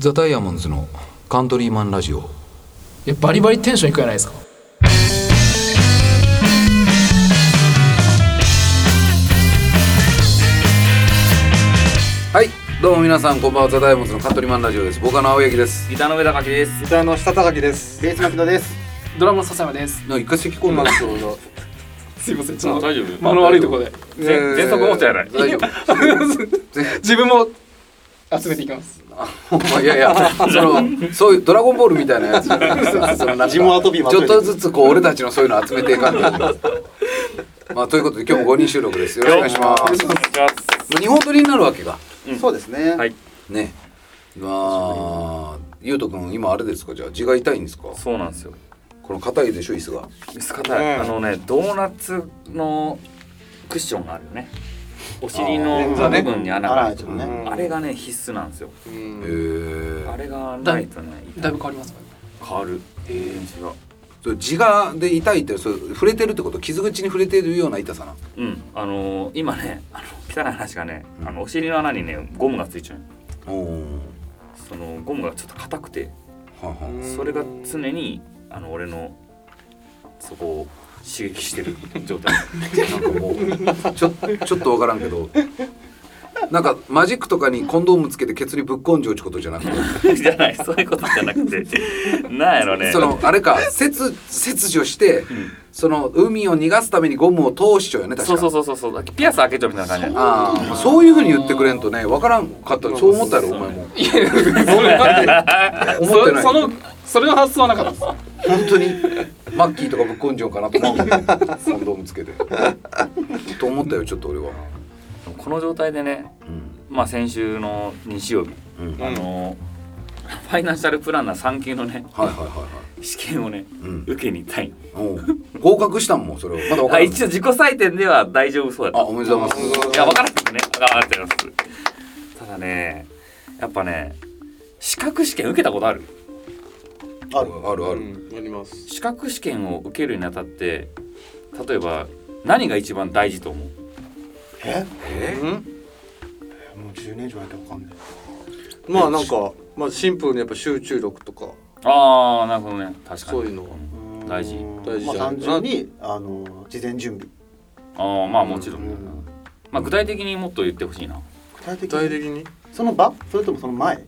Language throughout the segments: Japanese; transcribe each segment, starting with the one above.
ザ・ダイヤモンズのカントリーマンラジオいやバリバリテンションいくじゃないですかはいどうも皆さんこんばんはザ・ダイヤモンズのカントリーマンラジオです僕は青柳ですギターの上高木です。ギターの下高木です。ベース牧野です。ドラムの笹山ですなんか一回咳込んだなちょうどすいませんちょょっっとと大丈夫間の悪いところでぜ全速持ちやない大丈自分も集めていきます夫いやいやそのそういうドラゴンボールみたいなやつじゃないですかそのなんかジムアトピーもち集ょっめてとずつこう俺たちのそういうの集めていかんといけないまあということで今日も5人収録ですよろしくお願いしますお願いします。日本撮りになるわけがそうですね。はい。ねまあゆうとくん今あれですかじゃあ字が痛いんですかそうなんですよ。この硬いでしょ椅子がミス硬い。うんあのね、ドーナツのクッションがあるよね。お尻のあー部分に穴が開いて穴開いてるる。ねあれがね、必須なんですよ。へえあれがないとね、だいぶ変わりますか変わる。練習が。そう字がで痛いってそう触れてるってこと傷口に触れてるような痛さなうん、あのー、今ね、あの汚い話がね、あのお尻の穴にね、ゴムがついちゃうの。おおそのゴムがちょっと硬くて、ははそれが常にあの俺のそこを刺激してる状 態。 なんかもうちょちょっとわからんけどなんかマジックとかにコンドームつけてケツにぶっこんじゃうちことじゃなくて、じゃない、そういうことじゃなくて、なんやろね。そのあれか切切除して、その海を逃がすためにゴムを通しちゃうよね確そかうそうそうそうそう、ピアス開けちゃうみたいな感じ。ああそういうふうに言ってくれんとねわからんかったそう思ったやろお前もいやそれ 思ってないそのそれの発想はなかったです本当にマッキーとかぶっこんじゃうかなと思ってコンドームつけてと思ったよちょっと俺は、この状態でね、うんまあ、先週の日曜日、うん、はいあの。ファイナンシャルプランナー3級のね、はいはいはい試験をね、うん受けに行ったい。おう合格したんもんそれはまだわかあ、らん一応自己採点では大丈夫そうだあっおめでとうございますた。いや、わからなくてね、頑張ってます。ただね、やっぱね、資格試験受けたことある。あるあるある、うんやります。資格試験を受けるにあたって、例えば、何が一番大事と思う。え？えうん？もう10年以上やってわかんない。まあなんかまあシンプルにやっぱ集中力とかああなるほどね確かにそういうのはん大事大事まあ、じゃん単純にあの事前準備ああまあもちろん、うんまあ具体的にもっと言ってほしいな、具体具的に体的にその場それともその前、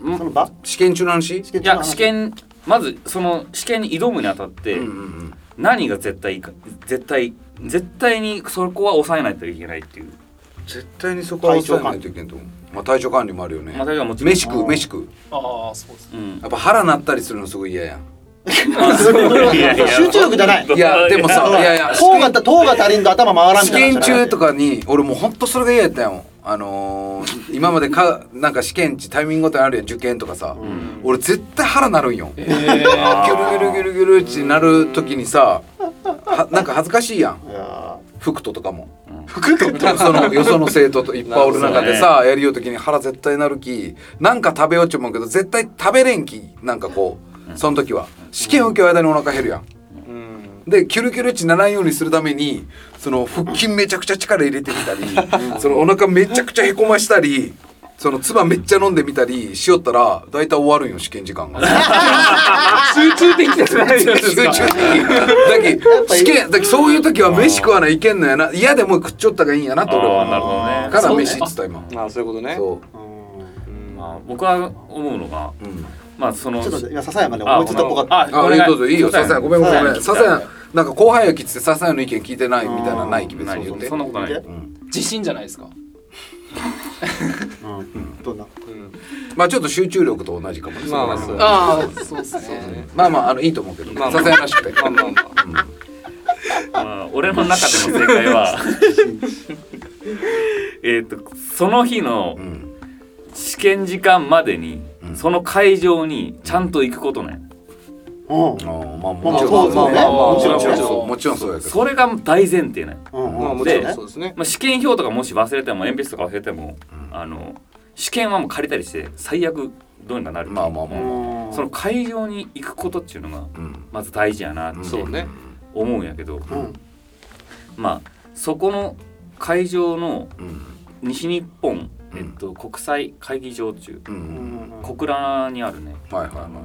うんその場試験中の話試験い中のや話試験まずその試験に挑むにあたって、うんうん何が絶対いいか絶対絶対にそこは抑えないといけないっていう、絶対にそこは抑えないといけんと思うまあ体調管理もあるよね、まあ大丈夫もちろん飯食う飯食うああそうですうんやっぱ腹鳴ったりするのすごい嫌やんいやいや 集中力じゃないい やでもさいやいや糖が糖が足りんと頭回らんみ試たい験な話じゃない中とかに俺もうほんとそれが嫌やったよあのー、今までかなんか試験地タイミングごとにあるやん受験とかさ、俺絶対腹なるんよギュルギュルギュルギュルってなる時にさはなんか恥ずかしいやんいや福ととかも、ん福とそ のよその生徒といっぱいおる中でさ、やりよう時に腹絶対なるきなんか食べようっち思うけど絶対食べれんきなんかこうその時は試験受ける間にお腹減るやんうん。でキュルキュルチならんようにするためにその腹筋めちゃくちゃ力入れてみたりそのお腹めちゃくちゃへこましたりその唾めっちゃ飲んでみたりしよったら大体終わるんよ試験時間 が。集中できてないじゃないです集か中的にだけ試験だけそういう時は飯食わないいけんのやな嫌でも食っちゃったがいいんやなと俺あーなるほどはねから飯っつった今ああそういうことね。そうう まあ僕は思うのがうんまあそのーちょっと今笹山で思いついたっぽかったああごめんどうぞいいよ笹谷ごめんごめんごめん笹笹谷谷なんか後輩がきつって笹谷の意見聞いてないみたいなのないき別ないに言ってそんなことないでうん 自信じゃないですかうんどんなうんまあちょっと集中力と同じかもねまあまあそうまあああそうですねまあまああのいいと思うけどまあ笹谷らしくてまあまあまあ。まあ、俺の中での正解 はえっとその日のうん試験時間までに、その会場にちゃんと行くことね、うんあーまあもちまあろんそうそうねもちろんもちろんそうもちろんそうやけどそれが大前提ね、うんまあもちろんそうですね。まあ、試験表とかもし忘れても鉛筆とか忘れても、あの試験はもう借りたりして最悪どうにかなるまあまあまあうんその会場に行くことっていうのがうんまず大事やなってそうね。思うんやけど、うんまあそこの会場のうん西日本ううんえっと、国際会議場中うんうん小倉にあるね、はいはいはあいはの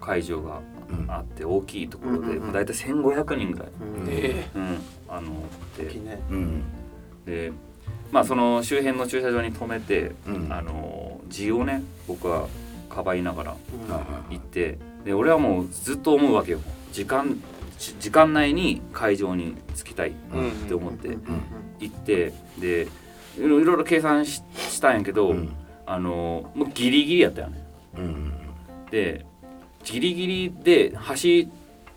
会場がいうんあって大きいところうんうで、んうんまあ、大体1,500人ぐらい、えうん、あの大きいでねうんで、まあ、その周辺の駐車場に止めて、うんあの地をね僕はかばいながらはいはい行ってで俺はもうずっと思うわけよ時間じ時間内に会場に着きたいっうんて思ってん行ってでいろいろいろ計算ししたんやけど、うんあのもうギリギリやったよね。うんでギリギリで走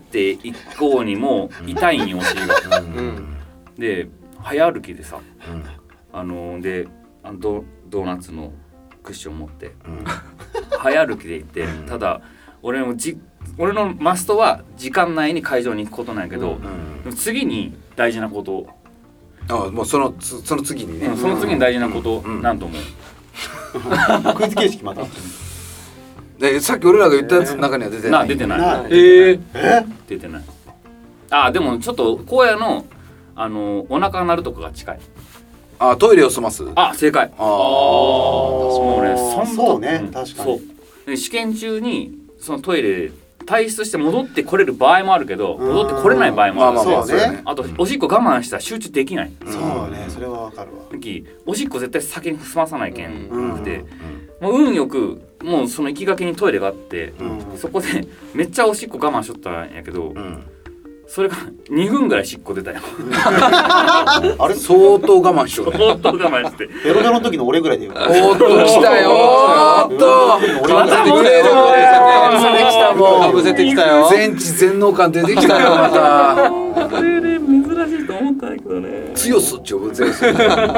っていこうにも痛いんよお尻が。うんうんで早歩きでさうんあのであのドドーナツのクッション持ってうん 早歩きで行ってうんただ俺もじ俺のマストは時間内に会場に行くことなんやけど、ううんでも次に大事なこと、あもうそのつその次にねうんその次に大事なこと、うんなんと思う、クイズ形式またでさっき俺らが言ったやつの中には出てなない出てないないえーえ出てないあでもちょっと荒野のあのお腹鳴るとこが近いあトイレを済ますあ正解あーもうね散歩そうねん確かにそうで試験中にそのトイレ退出して戻ってこれる場合もあるけど戻ってこれない場合もまああるまあまあそうねだよねあとおしっこ我慢したら集中できないそうねそれはわかるわ時おしっこ絶対先に済まさないけんうんなくて、うんもう運よくもうその行きがけにトイレがあって、うんそこでめっちゃおしっこ我慢しとったんやけど、うんそれが2分ぐ らいしっこ出たよ あれ相当我慢しようねもっと我慢してベロベロの時の俺ぐらいで言うおーっと来たよおーっと俺がか出てぶきせたてよきたもんかぶせてきたよ全知全能感出てきたよまたそれで珍しいと思ったんだけどね強すっちょぶ強す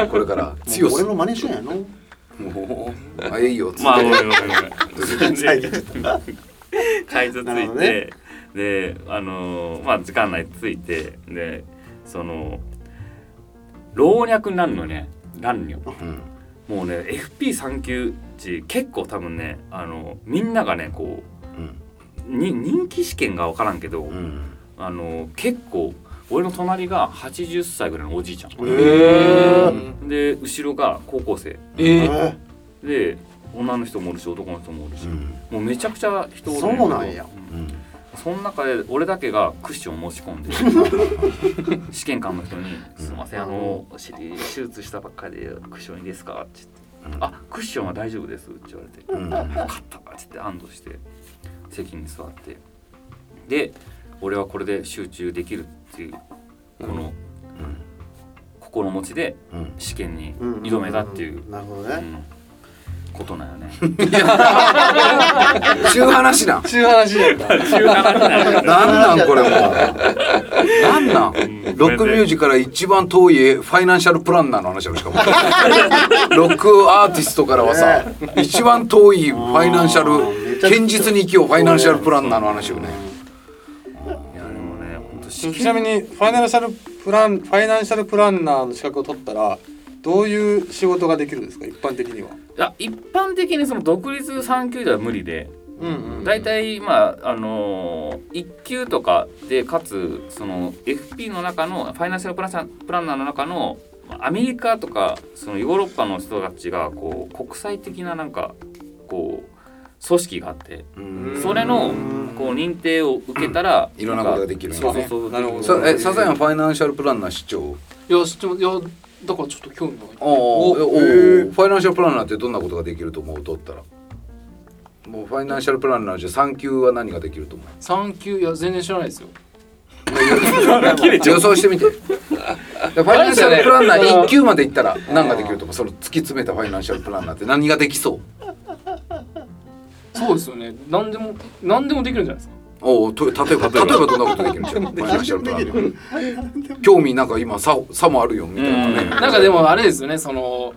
これから強俺すもの真似しんやのうあいいよつまあっごめんてごめんごめん全然改札つなるいほて、どねであのーまあ時間内ついてでその老若男女ね男女うんもうね FP3 級値結構多分ねあのみんながねこうんうに人気試験が分からんけど、うんあの結構俺の隣が80歳ぐらいのおじいちゃんえで後ろが高校生えええで女の人もおるし男の人もおるし、うんもうめちゃくちゃ人おるねそうなんやうんその中で俺だけがクッションを持ち込んで試験官の人に「すいませんあのお尻手術したばっかりでクッションいいですか?」って言って「あクッションは大丈夫です」って言われて「うんよかった」って言って安堵して席に座ってで俺はこれで集中できるっていうこの心持ちでうん試験にえうん挑めたっていう、なるほうどねんことなんよね。中話なん中話だったなんなんこれもうなんなんロックミュージックから一番遠いファイナンシャルプランナーの話やろ しかもロックアーティストからはさ一番遠いファイナンシャル堅実に生きようファイナンシャルプランナーの話よねいやでもね本当試ちな験みにファイナンシャルプランファイナンシャルプランナーの資格を取ったらどういう仕事ができるんですか一般的には。いや一般的にその独立産級では無理でうん大体まああのー、1級とかでかつその FP の中のファイナンシャルプランナープランナーの中のまあアメリカとかそのヨーロッパの人たちがこう国際的ななんかこう組織があってうんそれのこう認定を受けたらいろんなことができるんやそうそうそうなるほどさえサザエはファイナンシャルプランナー市長いや、知ってますいや、だからちょっと興味ああがあおおへファイナンシャルプランナーってどんなことができると思うとったらもうファイナンシャルプランナーじゃ3級は何ができると思 う三級いや全然知らないですよ。予想 してみてファイナンシャルプランナー1級までいったら何ができると思うその突き詰めたファイナンシャルプランナーって何ができそうそうですよね。何でも何でもできるんじゃないですか。おおと例えば例えばどんなことできるんじ ゃんファイナンシャルプランナー興味なんか今ささもあるよみたいなねなんかでもあれですよね。その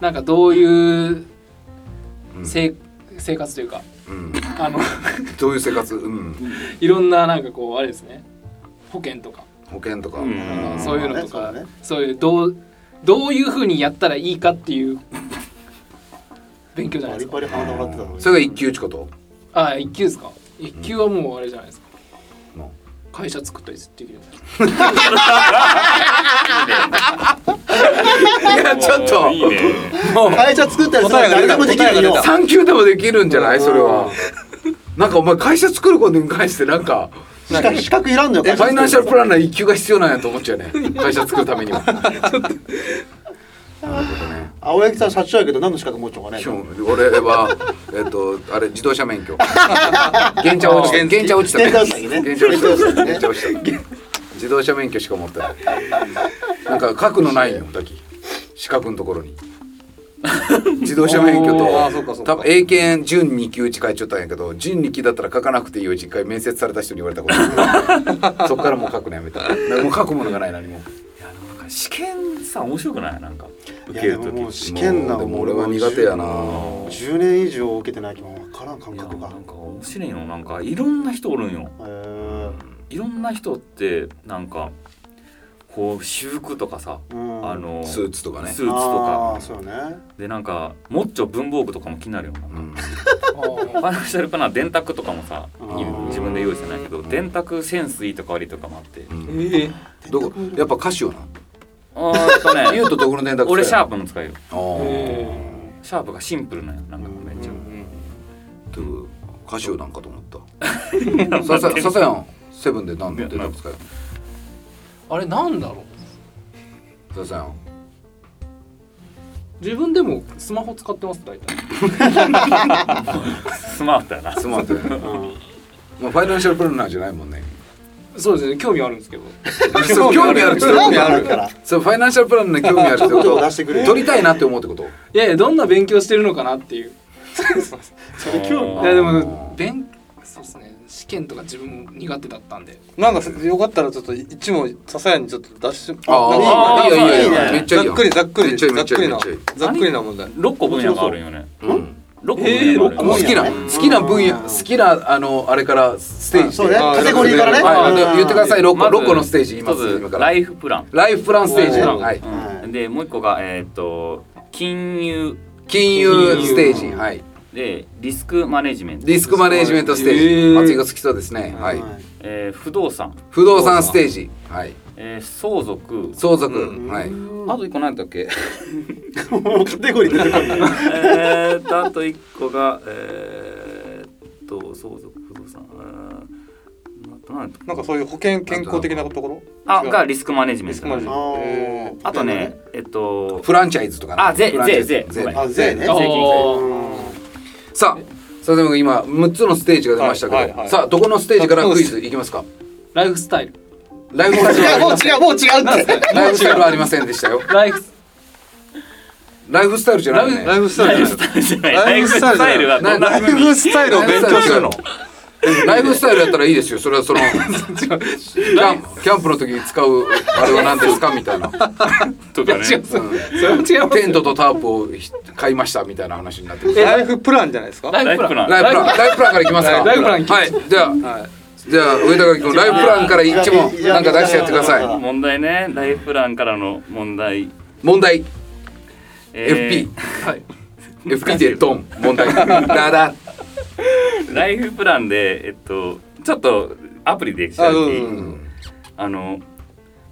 なんかどういううんせい、生活というか、うんあのどういう生活うんいろんななんかこうあれですね。保険とか、保険とかうんあのそういうのとまか、あねそうそうだねいうどうどういう風にやったらいいかっていう勉強じゃなバいリですか。バリ鼻笑ってたのにそれが1級ちことあ、一級ですか。一級はもうあれじゃないですか。の会社作ったりできるよねいやちょっおーいいとねもう会社作ったりする答誰えが出でたもできるよ。 3級でもできるんじゃないそれはなんかお前会社作ることに関してなんか資格資格いらんのよ。ファイナンシャルプラランナー一級が必要なんやと思っちゃうね会社作るためには青柳さん社長やけど何の資格持っちゃうかね基。本俺はえっとあれ自動車免許現茶落ちた現茶落ちた現茶落ちたね現茶落ちた現現茶落ちた自動車免許しか持ってないなんか書くのないよ滝資格のところに自動車免許おーあーそっかそとっ多か分英検準2級打ち書いちゃったんやけど準2級だったら書かなくていいよ一回面接された人に言われたことあ るそっからもう書くのやめたもう書くものがない何もいやでもなんか試験さ面白くないなんかい受やけでるもともうき試験なもうでも俺は苦手やな10年以上受けてないけど分からん感いや覚なが。んか面白いのなんかいろんな人おるんよへーいろんな人ってなんかこう私服とかさ、うんあのスーツとかねスーツとかあーそうね。でなんかもっちょ文房具とかも気になるよなうんファイナンシャルプラン電卓とかもさあー自分で用意してないけど電卓潜水とか割とかもあってえどこやっぱ歌手よなあーっ と言うねとどこの電卓俺シャーープの使えるプああシャープがシンプルなんよなんかめっちでゃも歌手なんかと思った。さ さささやんセブンで何の出たんですかよ。あれなんだろうささやん。自分でもスマホ使ってます大体スマートやなスマートやね。まあファイナンシャルプランナーじゃないもんね。そうですね興味あるんですけど そう 興味ある人興味あるから。そうファイナンシャルプランナーに興味あるってこちょっとと出してくれよ取りたいなって思うってこと。いやいやどんな勉強してるのかなっていうそれ興いやでも勉そうですね試験とか自分も苦手だったんでなんかよかったらちょっと一問ささやにちょっと出してああいいよいいよいいよいいねめっちゃざいいっよ。くりざっくめりっちゃいいざめっっちゃくいいめりなっちゃいい。ざっくりな問題6個分野があるんよねうん。 6個分野があるもう好よきな好きな分野好きなあのあれからステージそうね。で。カテゴリーからね。はいで言ってください六個まず六個のステージ今一つ今からラ。イフプランライフプランステージね。おーはい。はういんでもう一個がえーっと金融金融ステージはい。でリスクマネジメントリスクマネジメントステージ、松井が好きそうですね、はいえー不動産不動産ステージ、はい、えー相続相続、うんはい、あと一個何だったっけもうカテゴリー出てくる。 えーっとあと一個がえーっと相続不動産うーんあと何だったっけなんかそういう保険健康的なところあ違うがリスクマネジメンリストクマネジメントえーあとねえっとフランチャイズとかねあ税フランチャイズ税税ごめんあ、税ね。あ税おさあさても今6つのステージが出ましたけど、はいはいはいさあどこのステージからクイズいきますかライフスタイルライフスタイルはありません違う、もう違うって。ライフスタイルはありませんでしたよライフライフスタイルじゃないよラねイフスタイルライフスタイルはどんなライフスタイルを勉強するのライフスタイルやったらいいですよそれはそのキャンキャンプの時に使うあれは何ですかみたいな、とかね違うそれうんは違いますよテントとタープをひ買いましたみたいな話になってるライフプランじゃないですかライフプランライフプラン、ライフプランからいきますか。ライフプランはい、じゃあ、じゃあ、上田垣君、ライフプランから一問、なんか出してやってください。問題ねライフプランからの問題問題、えー FP。FP でドン、問題。だだ。ライフプランでえっとちょっとアプリで調べあどうていぞいどうぞあの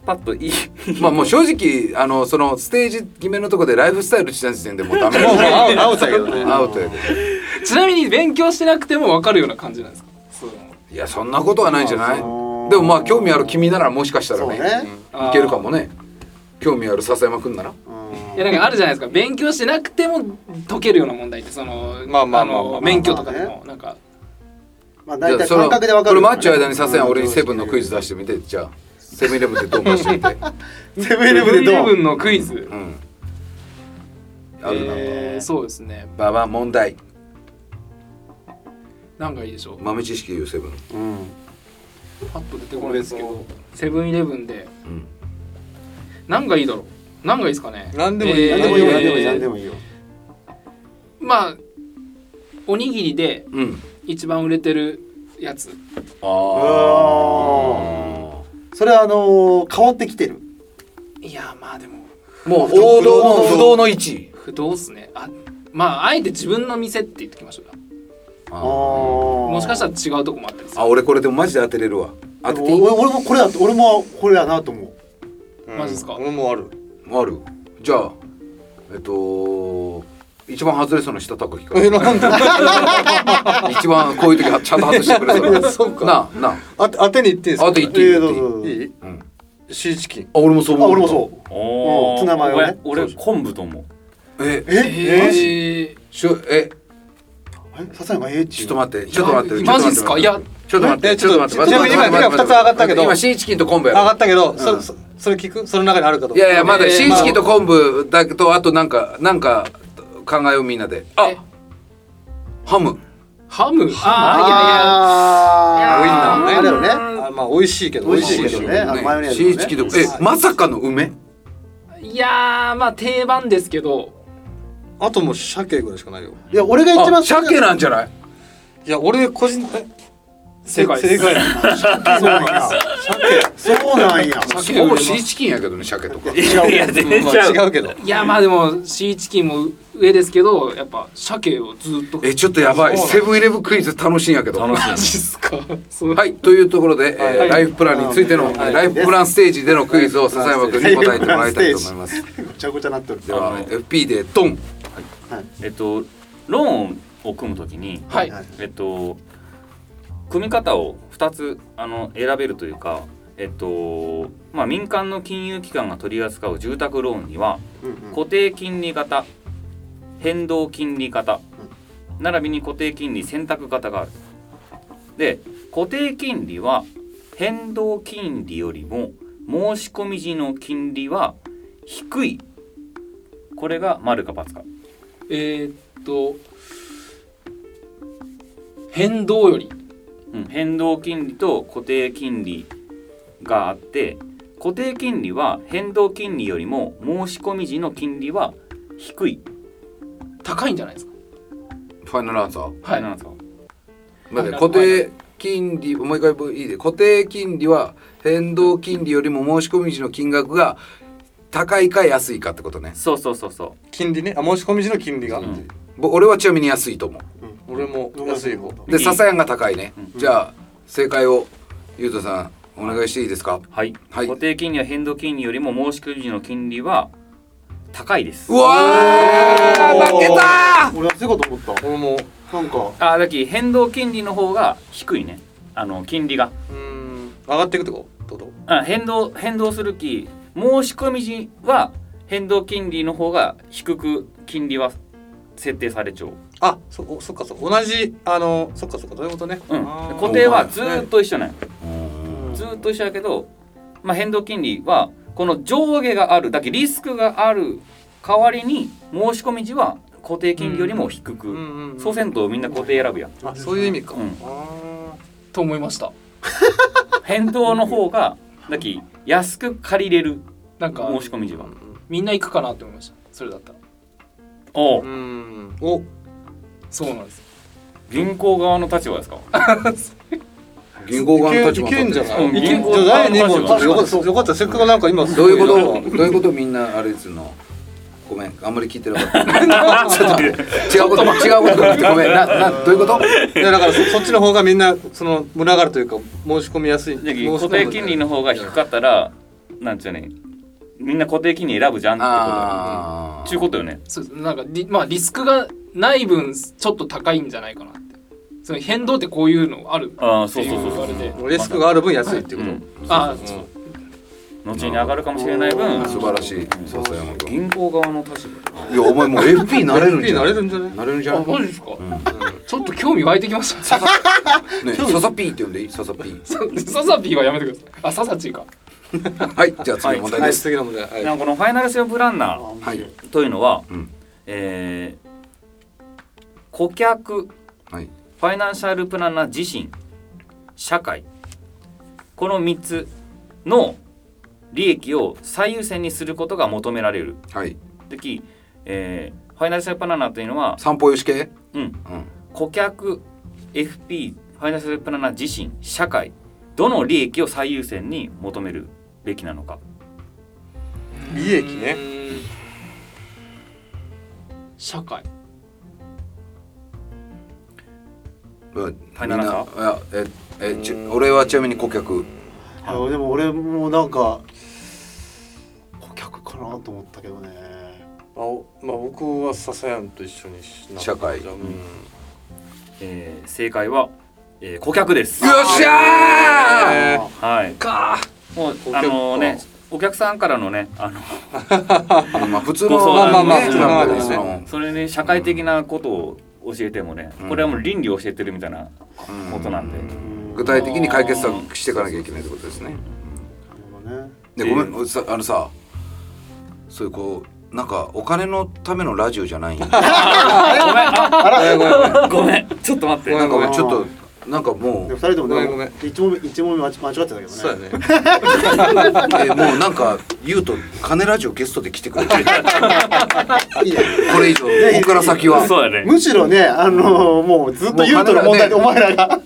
パッといいまあ、もう正直、あの、そのステージ決めのとこで、ライフスタイルした時点でもうダメ。もうもうアウアウトやけどねアウトやで。ちなみに勉強してなくても分かるような感じなんですかそういや、そんなことはないんじゃない。でそも、うまあ、興味ある君なら、もしかしたらそうねね。うん、いけるかもね。興味ある笹山君なら。いやなんかあるじゃないですか勉強してなくても解けるような問題ってそのまあまあまあまあの免許とかでもなんかまあ、じ大ゃあ体その感覚でわかこる。れ待っちゃう間に笹山俺にセブンのクイズ出してみてじゃあセブンイレブンでドン出してみて。セブンイレブンでどうセブンのクイズうん。あるな。えーそうですねババア問題。なんかいいでしょう豆知識言うセブン。うん。パッと出てこないですけどセブンイレブンでうん。何がいいだろう何がいいですかね何でもいいえー何でもいいよ、何でもいいよ、何でもいいよ。まあおにぎりでうん。一番売れてるやつああ。それはあのー、変わってきてる。いやまあでももう王道の不動の一位。不動っすねあまああえて自分の店って言ってきましょうかあももしかしたら違うとこもあったりするあ俺これでもマジで当てれるわ。アでクもティング俺俺もこれだ俺もこれやなと思ううんマジっすか俺もあるあるじゃあえっと一番外れそうなしたたく聞か えなんで一番こういう時はちゃんと外してくれそうなそうかなあなああ当てにいっていいですかあと言っていえいえ言どっていいうぞどうぞいいうんシーチキンあ俺もそうあ思う俺もそうおうおんツナマヨね俺俺昆布と思うええええしょええ笹山栄一ちょっと待ってちょっと待ってマジっすかいやちょっと待ってえちょっと待ってちょっと待って待ってちなみに今今待って二つ上がったけど今シーチキンと昆布上やろがったけど、そそそれ聞くその中にあるかといやいやまだえーシーチキンと昆布だけとあとなんかなんか考えようみんなであえハムハムあああいいなあれよねあまあ美味しいけど美味しいけどねあのマヨネーズシのねーチキンとえまさかの梅いやいやいやいやーまあ定番ですけどあともう鮭ぐらいしかないよいや俺が一あ番好き鮭なんじゃないいや俺個人え正解です正解だそうなんやそうなんや鮭ほ売れぼますシーチキンやけどね鮭とかいや全 然ま違うあ違うけどいやまあでもシーチキンも上ですけどやっぱ鮭をずっとえちょっとやばいそうなのセブンイレブンクイズ楽しいんやけど楽しいマジっすか そうはいというところで、えーはいライフプランについての、はいライフプランステージでのクイズを笹山君に答えてもらいたいと思いますごちゃごちゃなってるではあの FP でドンえっとローンを組むときにはいはいえっと組み方を2つあの選べるというかえっとまあ民間の金融機関が取り扱う住宅ローンにはうんうん固定金利型変動金利型並びに固定金利選択型があるで固定金利は変動金利よりも申し込み時の金利は低いこれが丸か×かえーっと変動よりうん、変動金利と固定金利があって固定金利は変動金利よりも申し込み時の金利は低い、高いんじゃないですかファイナルアンサーあはれいなんですかまではい固定金利もう一回いいで固定金利は変動金利よりも申し込み時の金額が高いか安いかってことねそうそうそうそ金利ねあ申し込み時の金利が、う、うんぼ俺はちなみに安いと思俺も安い方うでいい笹山が高いね、うんじゃあ正解をゆうとさんお願いしていいですかはい、はい固定金利は変動金利よりも申し込み時の金利は高いですうわー負けたー俺安いかと思った俺もなんかあだっき変動金利の方が低いねあの金利がうーん上がっていくってことどうあ変動変動するき申し込み時は変動金利の方が低く金利は設定されちゃう、あそおそっかそっか同じあのそっかそっかどういうことねうん、あー固定はずーっと一緒なんようんずーっと一緒やけど、まあ、変動金利はこの上下があるだけリスクがある代わりに申し込み時は固定金利よりも低く、うんうん、うん、そうせんとみんな固定選ぶやん、あそういう意味か、うんあと思いました変動の方がだき安く借りれるなんか申し込み時はみんな行くかなって思いましたそれだったらおーううんおそうなんです銀行側の立場ですか銀行側の立場いに立ってけんじゃるない、うんいけん銀行じゃあ第二問銀行ちょっとよかったよかったせっかくなんか今すどごういうこと なんかどういうことみんなあれですのごめんあんまり聞いてなかった ちょっと違うこと違うことがあってごめんな などういうこと いやだからそそっちの方がみんなその群がるというか申し込みやすいで申し込む固定金利の方が低かったらなんちゅうねみんな固定金利選ぶじゃんってことあだちゅうーことよねそうですなんかリ,、まあ、リスクがない分ちょっと高いんじゃないかなってその変動ってこういうのあるああそうそうそうっそうていうあれリスクがある分安いっていううこと、んあそうそう後に上がるかもしれない分素晴らしい笹山君銀行側の立いやお前もう FP なれるんじゃん FP なれるんじゃないなれるんじゃあんマジですか、んちょっと興味湧いてきましたねねササピーって呼んでいいササピーササピーはやめてくださいあササチーかはいじゃあ次の問題はでいす次の問題、はい場なんかこのファイナルセオプランナーはいというのは、うんえー顧客はいファイナンシャルプランナー自身社会この3つの利益を最優先にすることが求められるはい時、えーファイナンシャルプランナーというのは、散歩よし系うん、うん顧客 FP ファイナンシャルプランナー自身社会どの利益を最優先に求めるべきなのか利益ね社会うんァイナルアンサーみんないやええち俺はちなみに顧客あでも俺もうなんか顧客かなと思ったけどねまあ、おまあ、僕は笹山と一緒にしな社会じゃあうんえー正解は、えー顧客です。よっしゃあはい。かもうあのね、お客さんからのね、あのーまあ普通ごの相談まあまあね普通なんだけどそうそなのそれに社会的なことを教えてもね、うんこれはもう倫理を教えてるみたいなことなんで。ー具体的に解決策していかなきゃいけないってことですね。なるほどねでごめん、さあのさそういうこうなんかお金のためのラジオじゃないん よごめん、ちょっと待って。なんか俺んちょっとなんかもでもう二人ともごめねんごめん一問目一問目間違間違ってたけどねそうやね えもうなんか言うと金ラジオゲストで来てくれ てるいいねこれ以上ここから先はそうだね。むしろねあのーもうずっと言うとの問題でおも前らが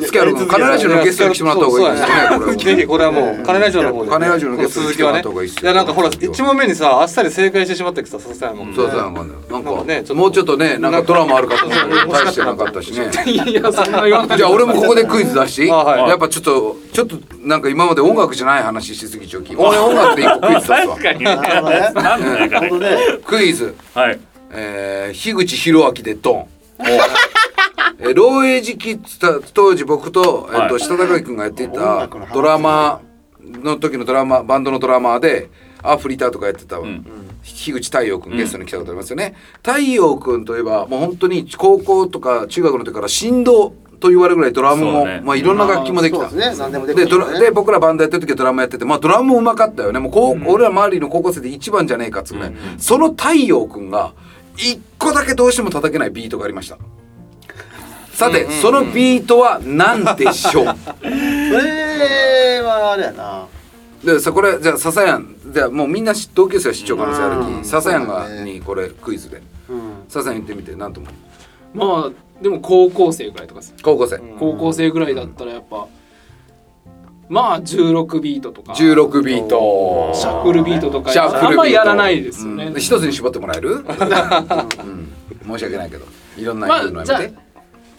スキャル君金ラジオのゲストに来てもらった方がいいですねこれはぜひこれはもう金ラジオの方で金ラジオのゲストに来続きてもはらねった方がいいっすよいやなんかほら一問目にさあっさり正解してしまったけどさ笹山もそうそうなんかねなんなんかかねちょっともうちょっとねなんかドラマあるかと思ったけど大してなかったし ねいやいやそんな言わないじゃあ俺もここでクイズ出していい、あはいやっぱちょっとちょっとなんか今まで音楽じゃない話しすぎちゃうき俺音楽で一個 クイズ出すわ確かにね。なるほどねなんでだよなるほどねクイズ、はい。えー、樋口博明でドンえー老栄時期た当時僕と,、えっはとい下高木君がやってい音た楽の話ドラマの時のドラマバンドのドラマーでアフリーターとかやってた、ん樋口太陽君ゲストに来たことありますよね、太陽君といえばもう本当に高校とか中学の時から振動と言われるぐらいドラムそも、うねまあいろんな楽器もできそた、うですね何でもできでるかドらラねで僕らバンドやってる時はドラムやってて、まあ、ドラムもうまかったよねもうこう、俺ら周りの高校生で一番じゃねえかっつうぐらい、その太陽君が一個だけどうしても叩けないビートがありましたさて、そのビートは何でしょう それはあれやなでさこれじゃあ笹やんじゃあもうみんなし同級生は知っちゃう可能性あうるんき笹やんが、そうだねにこれクイズでうん笹やん言ってみて何と思うまあでも高校生ぐらいとかです高校生、高校生ぐらいだったらやっぱまあ16ビートとかシ16ビートャッフルビートとかシャッフルビートあんまりやらないですよね、うん一つに絞ってもらえる、うん、申し訳ないけどいろんなま言あうのやじゃあめて、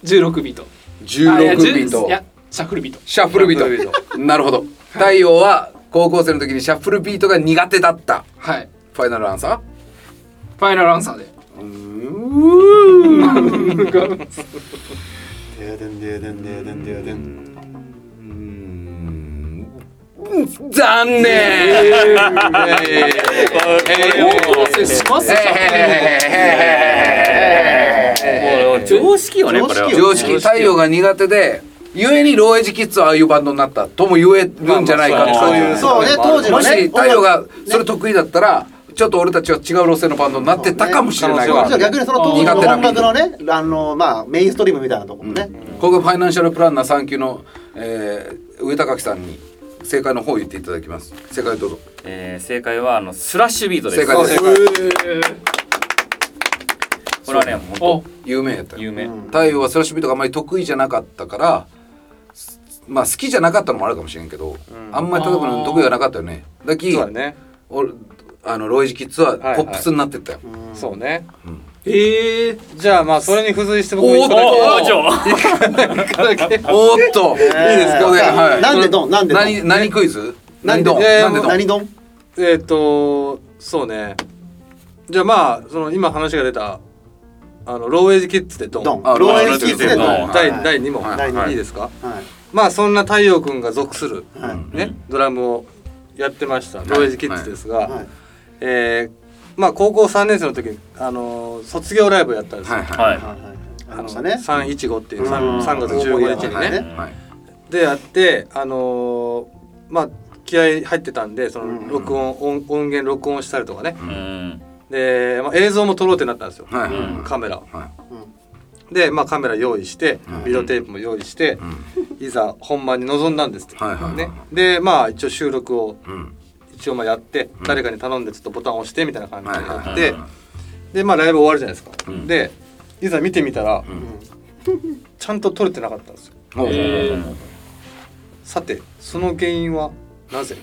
16ビートあいや16ビー10いやトシャッフルビートシャッフルビートなるほど太陽は高校生の時にシャッフルビートが苦手だったはいファイナルアンサファイナルアンサーで停電停電停電停電ー残念、高校生しますシャッフルビートもう常識よねこれは。常識よ常識太陽が苦手で故にローエジキッズはああいうバンドになったとも言えるんじゃないかってまあまあそういうそうね当時のもしね太陽がそれ得意だったらちょっと俺たちは違う路線のバンドになってたかもしれないかまあらじゃあ逆にその当時の苦手な音楽のねあのまあメインストリームみたいなとこもねここファイナンシャルプランナー3級の、えー上高木さんに正解の方を言っていただきます正解どうぞえー正解はあのスラッシュビートです。正解ですこれはねお本有名やった当有名。太陽はスラッシュビートがあんまり得意じゃなかったからすまあ好きじゃなかったのもあるかもしれんけど、あんまり叩くの得意がなかったよねだきそうだね俺あのロイジキッズははいポップスになってったよ、そうねええじゃあまあそれに付随して僕もお一ー個だおけおじゃあおーっと、いいですかね、はい、なんでドンなんでドン何何クイズ何ドンえー何でドン何ドンえっ、とそうねじゃあまあその今話が出たあのローエージキッズでドンドンあローエルキッズでドンローエルキッズでドン第はい第2問、はい第二問い、いですかはいまあそんな太陽君が属する、はいね、ドラムをやってました、ローエージキッズですが、はいえーまあ高校3年生の時に、あのー卒業ライブをやったんですよ、はいははい。はいはいあありのましたね315っていう 3, うん月15日いにはいね、はいでやってあのーまあ気合入ってたんでその録音、音音源録音したりとかねうん。で、まあ、映像も撮ろうってなったんですよ、はいはいうんカメラをはいで、まあ、カメラ用意してうんビデオテープも用意して、いざ本番に臨んだんですって、はいはいはいね、でまあ一応収録をうん一応まあやって、誰かに頼んでちょっとボタンを押してみたいな感じはいではいやはっいて、でまあライブ終わるじゃないですか、でいざ見てみたら、ちゃんと撮れてなかったんですよおうさてその原因はなぜ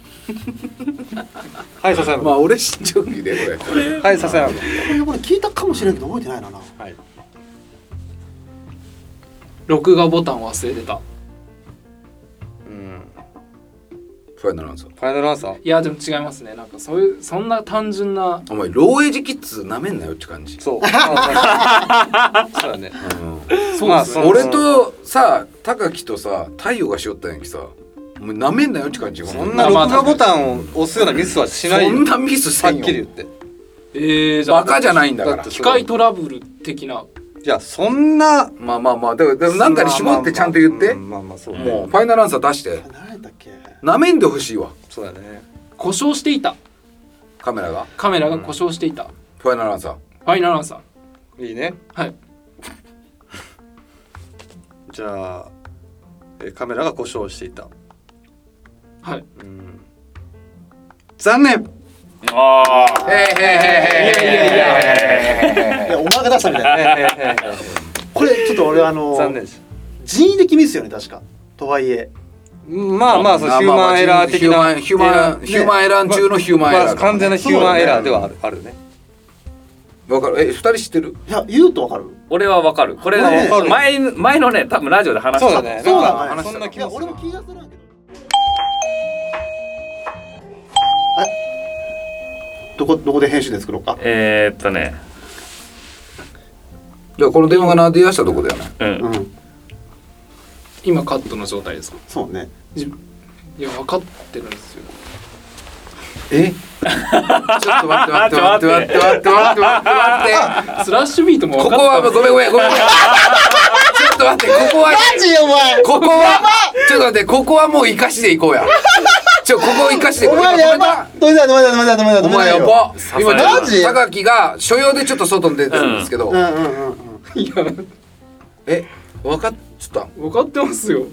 はい笹山、まあ俺知っちゃうけどねこれはい笹山これこれ聞いたかもしれんけど覚えてないななはい録画ボタン忘れてたうんファイナルアンサーファイナルアンサーいやでも違いますねなんかそういうそんな単純なお前ローエイジキッズなめんなよって感じ、 そうあそうだねそうでまあすそねう俺とさ高木とさ太陽がしよったんやけどさお前なめんなよって感じそんほなと録画ボタンを押すようなミスはしないそよんなミスせはっんきり言よってえー、じゃあバカじゃないんだからだって機械トラブル的ないやそんなまあまあまあでもでもなんかに絞ってちゃんと言って、まあまあまあうんまあまあそうねもうファイナルアンサー出して何やったっけなめんでほしいわそうだね故障していたカメラがカメラが故障していた、ファイナルアンサファイナルアンサーいいねはいじゃあえーカメラが故障していたはいうん残念あーへーへーへーへーいやお前が出したみたいな これちょっと俺あの残念です人為的ミスよね確かとはいえまあまあそのまあヒューまあマンエラー的なヒューマンヒューマンエラーヒューマンエラー中のヒューマンエラーまあ完全なヒューマンエラーではあるあるねわかるえ二人知ってるいや言うとわかる俺はわかるこれねね前前のね多分ラジオで話したそうだねそうなんだかねそんな気いがやす俺るも気がするんやけどあどこどこで編集で作ろうかえー、っとねいやこの電話が鳴り出したとこだよねうんうん今カットの状態ですかそうねじいや分かってるんですよえちょっと待って待って待って待って待って待って待ってスラッシュビートもこ分こかっはてたごめんごめんごめんごめんちょっと待ってここはお前ここはちょっと待ってここはもう生かしていこうやちょここ生かしていこおう前やば止めない止めない止めない止めないお前やば今マジ高木が所用でちょっと外に出てるんですけど、うんうんうんうんいやえ分かっちゃっ分かってますよ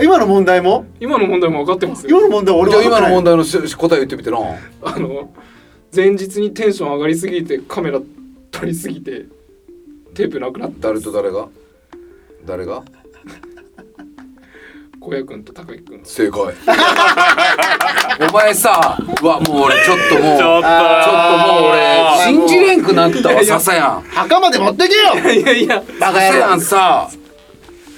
今の問題も今の問題も分かってます今よの問題た俺じゃはあ今の問題題のし答え言ってみてなあの前日にテンション上がりすぎてカメラ取りすぎてテープなくなった誰と誰が誰が小屋君と高木君正 解お前さうわもう俺ちょっともうちょっともう俺信じれんくなったわ笹やん墓まで持ってけよいやいやバカやんさ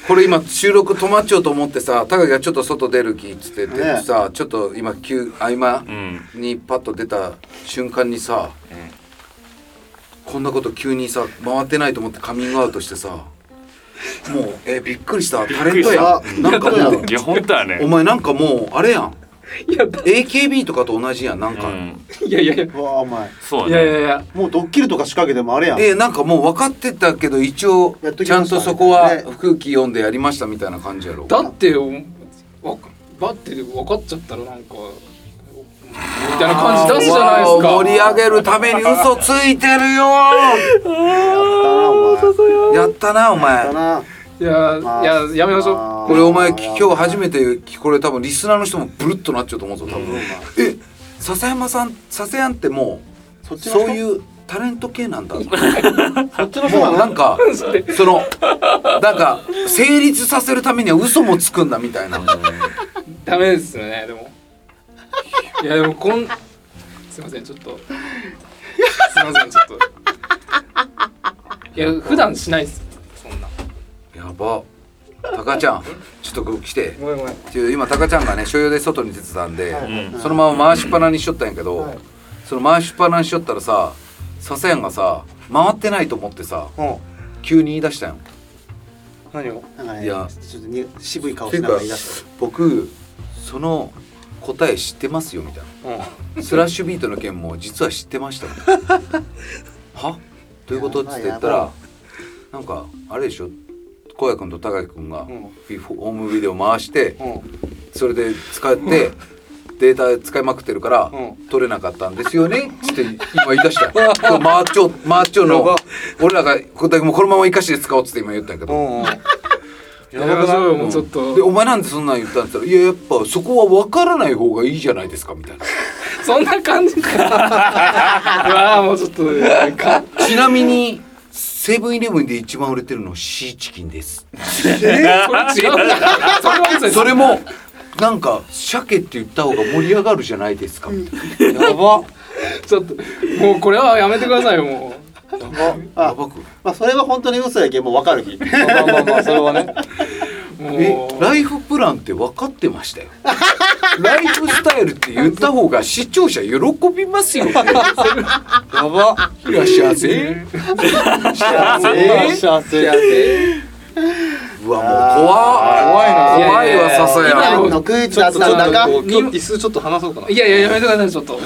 これ今収録止まっちゃうと思ってさ高木がちょっと外出る気っつってて、ねさちょっと今急合間うんにパッと出た瞬間にさ、こんなこと急にさ回ってないと思ってカミングアウトしてさもうえびっくりしたタレントやびっくりんなんかもういや本当はねお前なんかもうあれやんいやだ AKB とかと同じやんなんうか、んいやいやいやうわあお前そういだやいやねいやもうドッキリとか仕掛けてもあれやんえなんかもう分かってたけど一応やっときちゃんましたとそこはね空気読んでやりましたみたいな感じやろだっておわバッて分かっちゃったらなんかみたいな感じ出すじゃないですか盛り上げるために嘘ついてるよやったなおだ前ないや、いややめましょうこれお前き今日初めて聞これ多分リスナーの人もブルッとなっちゃうと思うぞ多分え笹山さん笹山ってもそうそうういうタレント系 なんだもそっちの方うがなんかそのなんか成立させるためには嘘もつくんだみたいなダメですよねでもいやでもこんすいませんちょっとすいませんちょっといや普段しないですそんなやばタカちゃんちょっとここ来てごめんごめんちょ今タカちゃんがね所用で外に出てたんで、んそのまま回しっぱなにしとったんやけど、はいその回しっぱなにしとったらさ笹やんがさ回ってないと思ってさうん急に言い出したんよ何をなんかねいやちょっとに渋い顔ていうしながから言い出した僕その答え知ってますよみたいなスラッシュビートの件も実は知ってましたみたいな はどういうことっつって言ったやらばなんかあれでしょ小谷君と高木君がんビフォホームビデオ回して、うんそれで使ってデータ使いまくってるから、うん取れなかったんですよねつって今言い出したよこれマーチョマーチョの俺らがこれもうこのまま生かして使おうっつって今言ったんやけうど、んうんやめましょうよもうちょっでとお前なんでそんなん言ったんって言ったら「いややっぱそこは分からない方がいいじゃないですか」みたいなそんな感じ かうわあもうちょっとかちなみにセブンイレブンで一番売れてるのシーチキンですそれ違うじゃんそれは嘘ですそれもなんか鮭って言った方が盛り上がるじゃないですかみたいなやばちょっともうこれはやめてくださいよもうやばくまあそれは本当に嘘やけんもう分かる日まあまあまあそれはねえライフプランって分かってましたよ ライフスタイルって言った方が視聴者喜びますよやばいらっしゃいませ幸せ幸せうわもう怖っあー怖怖いいなわささいやいやや何のクイズだったんだかこう今日椅子ちょっと離そうかないやいややめてくださいちょっと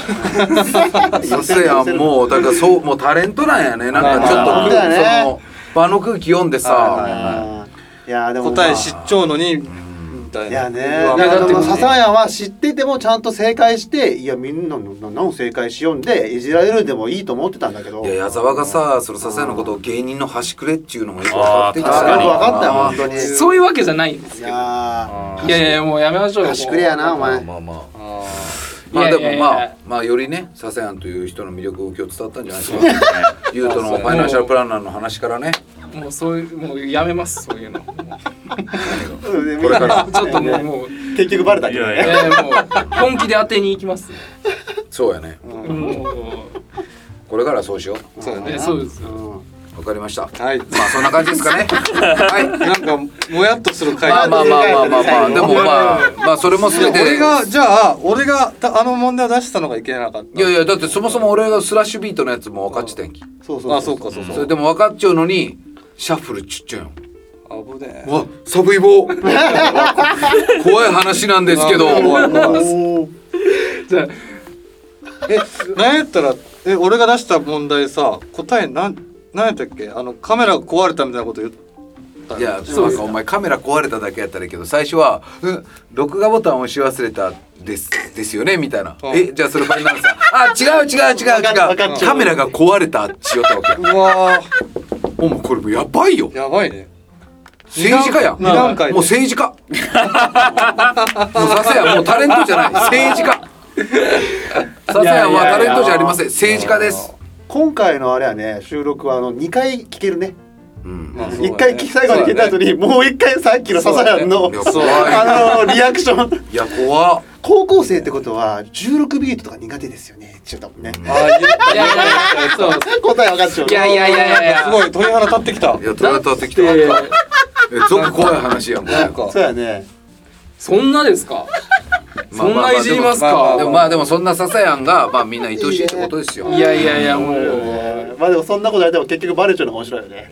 ささやもうだからそうもうタレントなんやねなんかちょっとまあまあ空気まあその場の空気読んでさあーいやでも、まあ答え知っちゃうのにみたいいなやねうわいやだってだって笹谷は知っててもちゃんと正解していやみんなのな何を正解しようんでいじられるでもいいと思ってたんだけどいや矢沢がさそのささやのことを芸人の端くれっちゅうのもよく分かってきたあ確ーよかくに分かったよ本当にそういうわけじゃないんですいけどやいやいやいやもうやめましょうよしくれやなおまあ前まあまああまあいでやいもやいやまあまあよりねサセアンという人の魅力を今日伝わったんじゃないですかゆうとのファイナンシャルプランナーの話からねもうそういうもうやめますそう いうのもうーこれからちょっともうもう 結局バレたけどいねやいやいやもう本気で当てに行 きますそうやねもうこれからそうしよーそうだねねそうですようわかりましたはいまあそんな感じですかねはいなんかもやっとする回まあまあまあまあまあまあでもまあまあそれもいや全て俺がじゃあ俺がたあの問題を出したのがいけなかったいやいやだってそもそも俺がスラッシュビートのやつも分かっちたやんきそうあそうかそうそそれうでも分かっちゃうのにシャッフルちっちゃいの危ねえわサブイボ怖い話なんですけどじゃあえなんやったらえ俺が出した問題さ答えなんなんやったっけあのカメラが壊れたみたいなこと言ったよいやそうかお前カメラ壊れただけやったらいいけど最初は「うん録画ボタン押し忘れたですですよね」みたいな「うんえじゃあそれファイナルさんあ違う違う違うかっわか違っうちゃうカメラが壊れた」っちよったわけうわおもうこれもうやばいよーやばいね政治家やん二段階でもう政治家もうささやもうタレントじゃない政治家ささやはタレントじゃありません政治家です今回のあれはね収録はあの2回聞けるねうんまあそうだ一ね回聞き最後に聞いた後にもう一回さっきの笹谷のいや怖いあのリアクションいや怖っ高校生ってことは16ビートとか苦手ですよねちょっとねあー言ったいやいやいやそう答え分かっちゃういやいやいやいやいやすごい鳥肌立ってきたいやトヨタってきただってえ続怖い話やんこれなんかそうやねそんなですかそんないじりますまあまあかでもまあでもそんなささやんがまあみんな愛おしいってことですよ。いやいやいやもそううだよねまあでもそんなことやっても結局バレちゃうのが面白いよね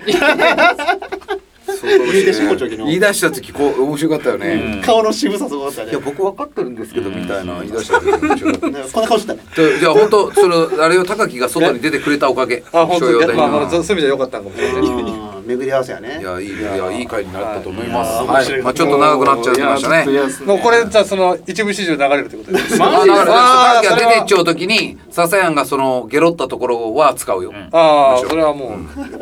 言い出しこちょきの言い出した時こう面白かったよね。顔の渋さすごかったいやね僕分かってるんですけどみたいな言い出した時面白かった。ねこんな顔してたねでじゃあ本当そのあれを高木が外に出てくれたおかげ。あ本当所要に代まあまあのそうそういう意味では良かったんかもしれないうん巡り合わせやねいやいいいやいい回になったと思います。いやは面白い。いまあちょっと長くなっちゃいましたね。いやちょっともう嫌ですねこれじゃあその一部始終流れるってことですあだから高木があー出それてはっちゃう時にささやんがそのゲロったところは使うよ。ああそれはも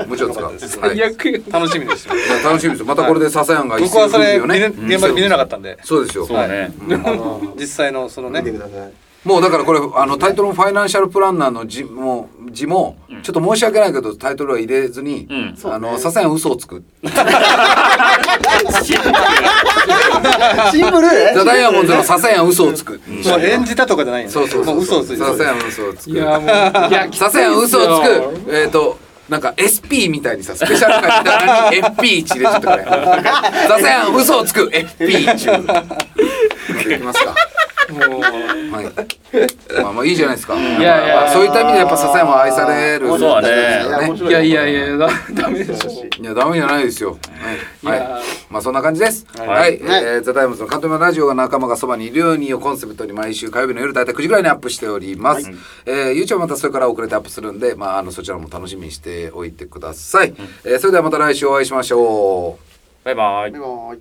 もちろん使う。はい。最悪う楽しみにしてますいや楽しみですよ。またこれで笹山が僕はそれ見れうん現場で見れなかったんでそうですよ。そうね。実際のそのね見てくださいもうだからこれあのタイトルのファイナンシャルプランナーの字も字もちょっと申し訳ないけどタイトルは入れずに、うんあの笹山嘘をつく。シンプルねザダイヤモンドの笹山嘘をつく。もう演じたとかじゃないよねそうそうそもう。う嘘をついて笹山嘘をついやく。もういやきついっす笹よ山嘘をつく。えっ、と。なんか SP みたいにさスペシャル回みたいなのに FP1 入れちゃってくれ。笹山嘘をつく FP1。できますか。もうはい。まあまあいいじゃないですか。いいやいやそういった意味でやっぱ笹山は愛される。そうだねいやいやいやだダメでしょいやダメじゃないですよ。はい。やーはいまあそんな感じです。はい。えーザタイムズのカントマラジオが仲間がそばにいるようにをコンセプトに毎週火曜日の夜大体9時ぐらいにアップしております。えー YouTube またそれから遅れてアップするんで、まああのそちらも楽しみにしておいてください。えーそれではまた来週お会いしましょう。バイバイ。でも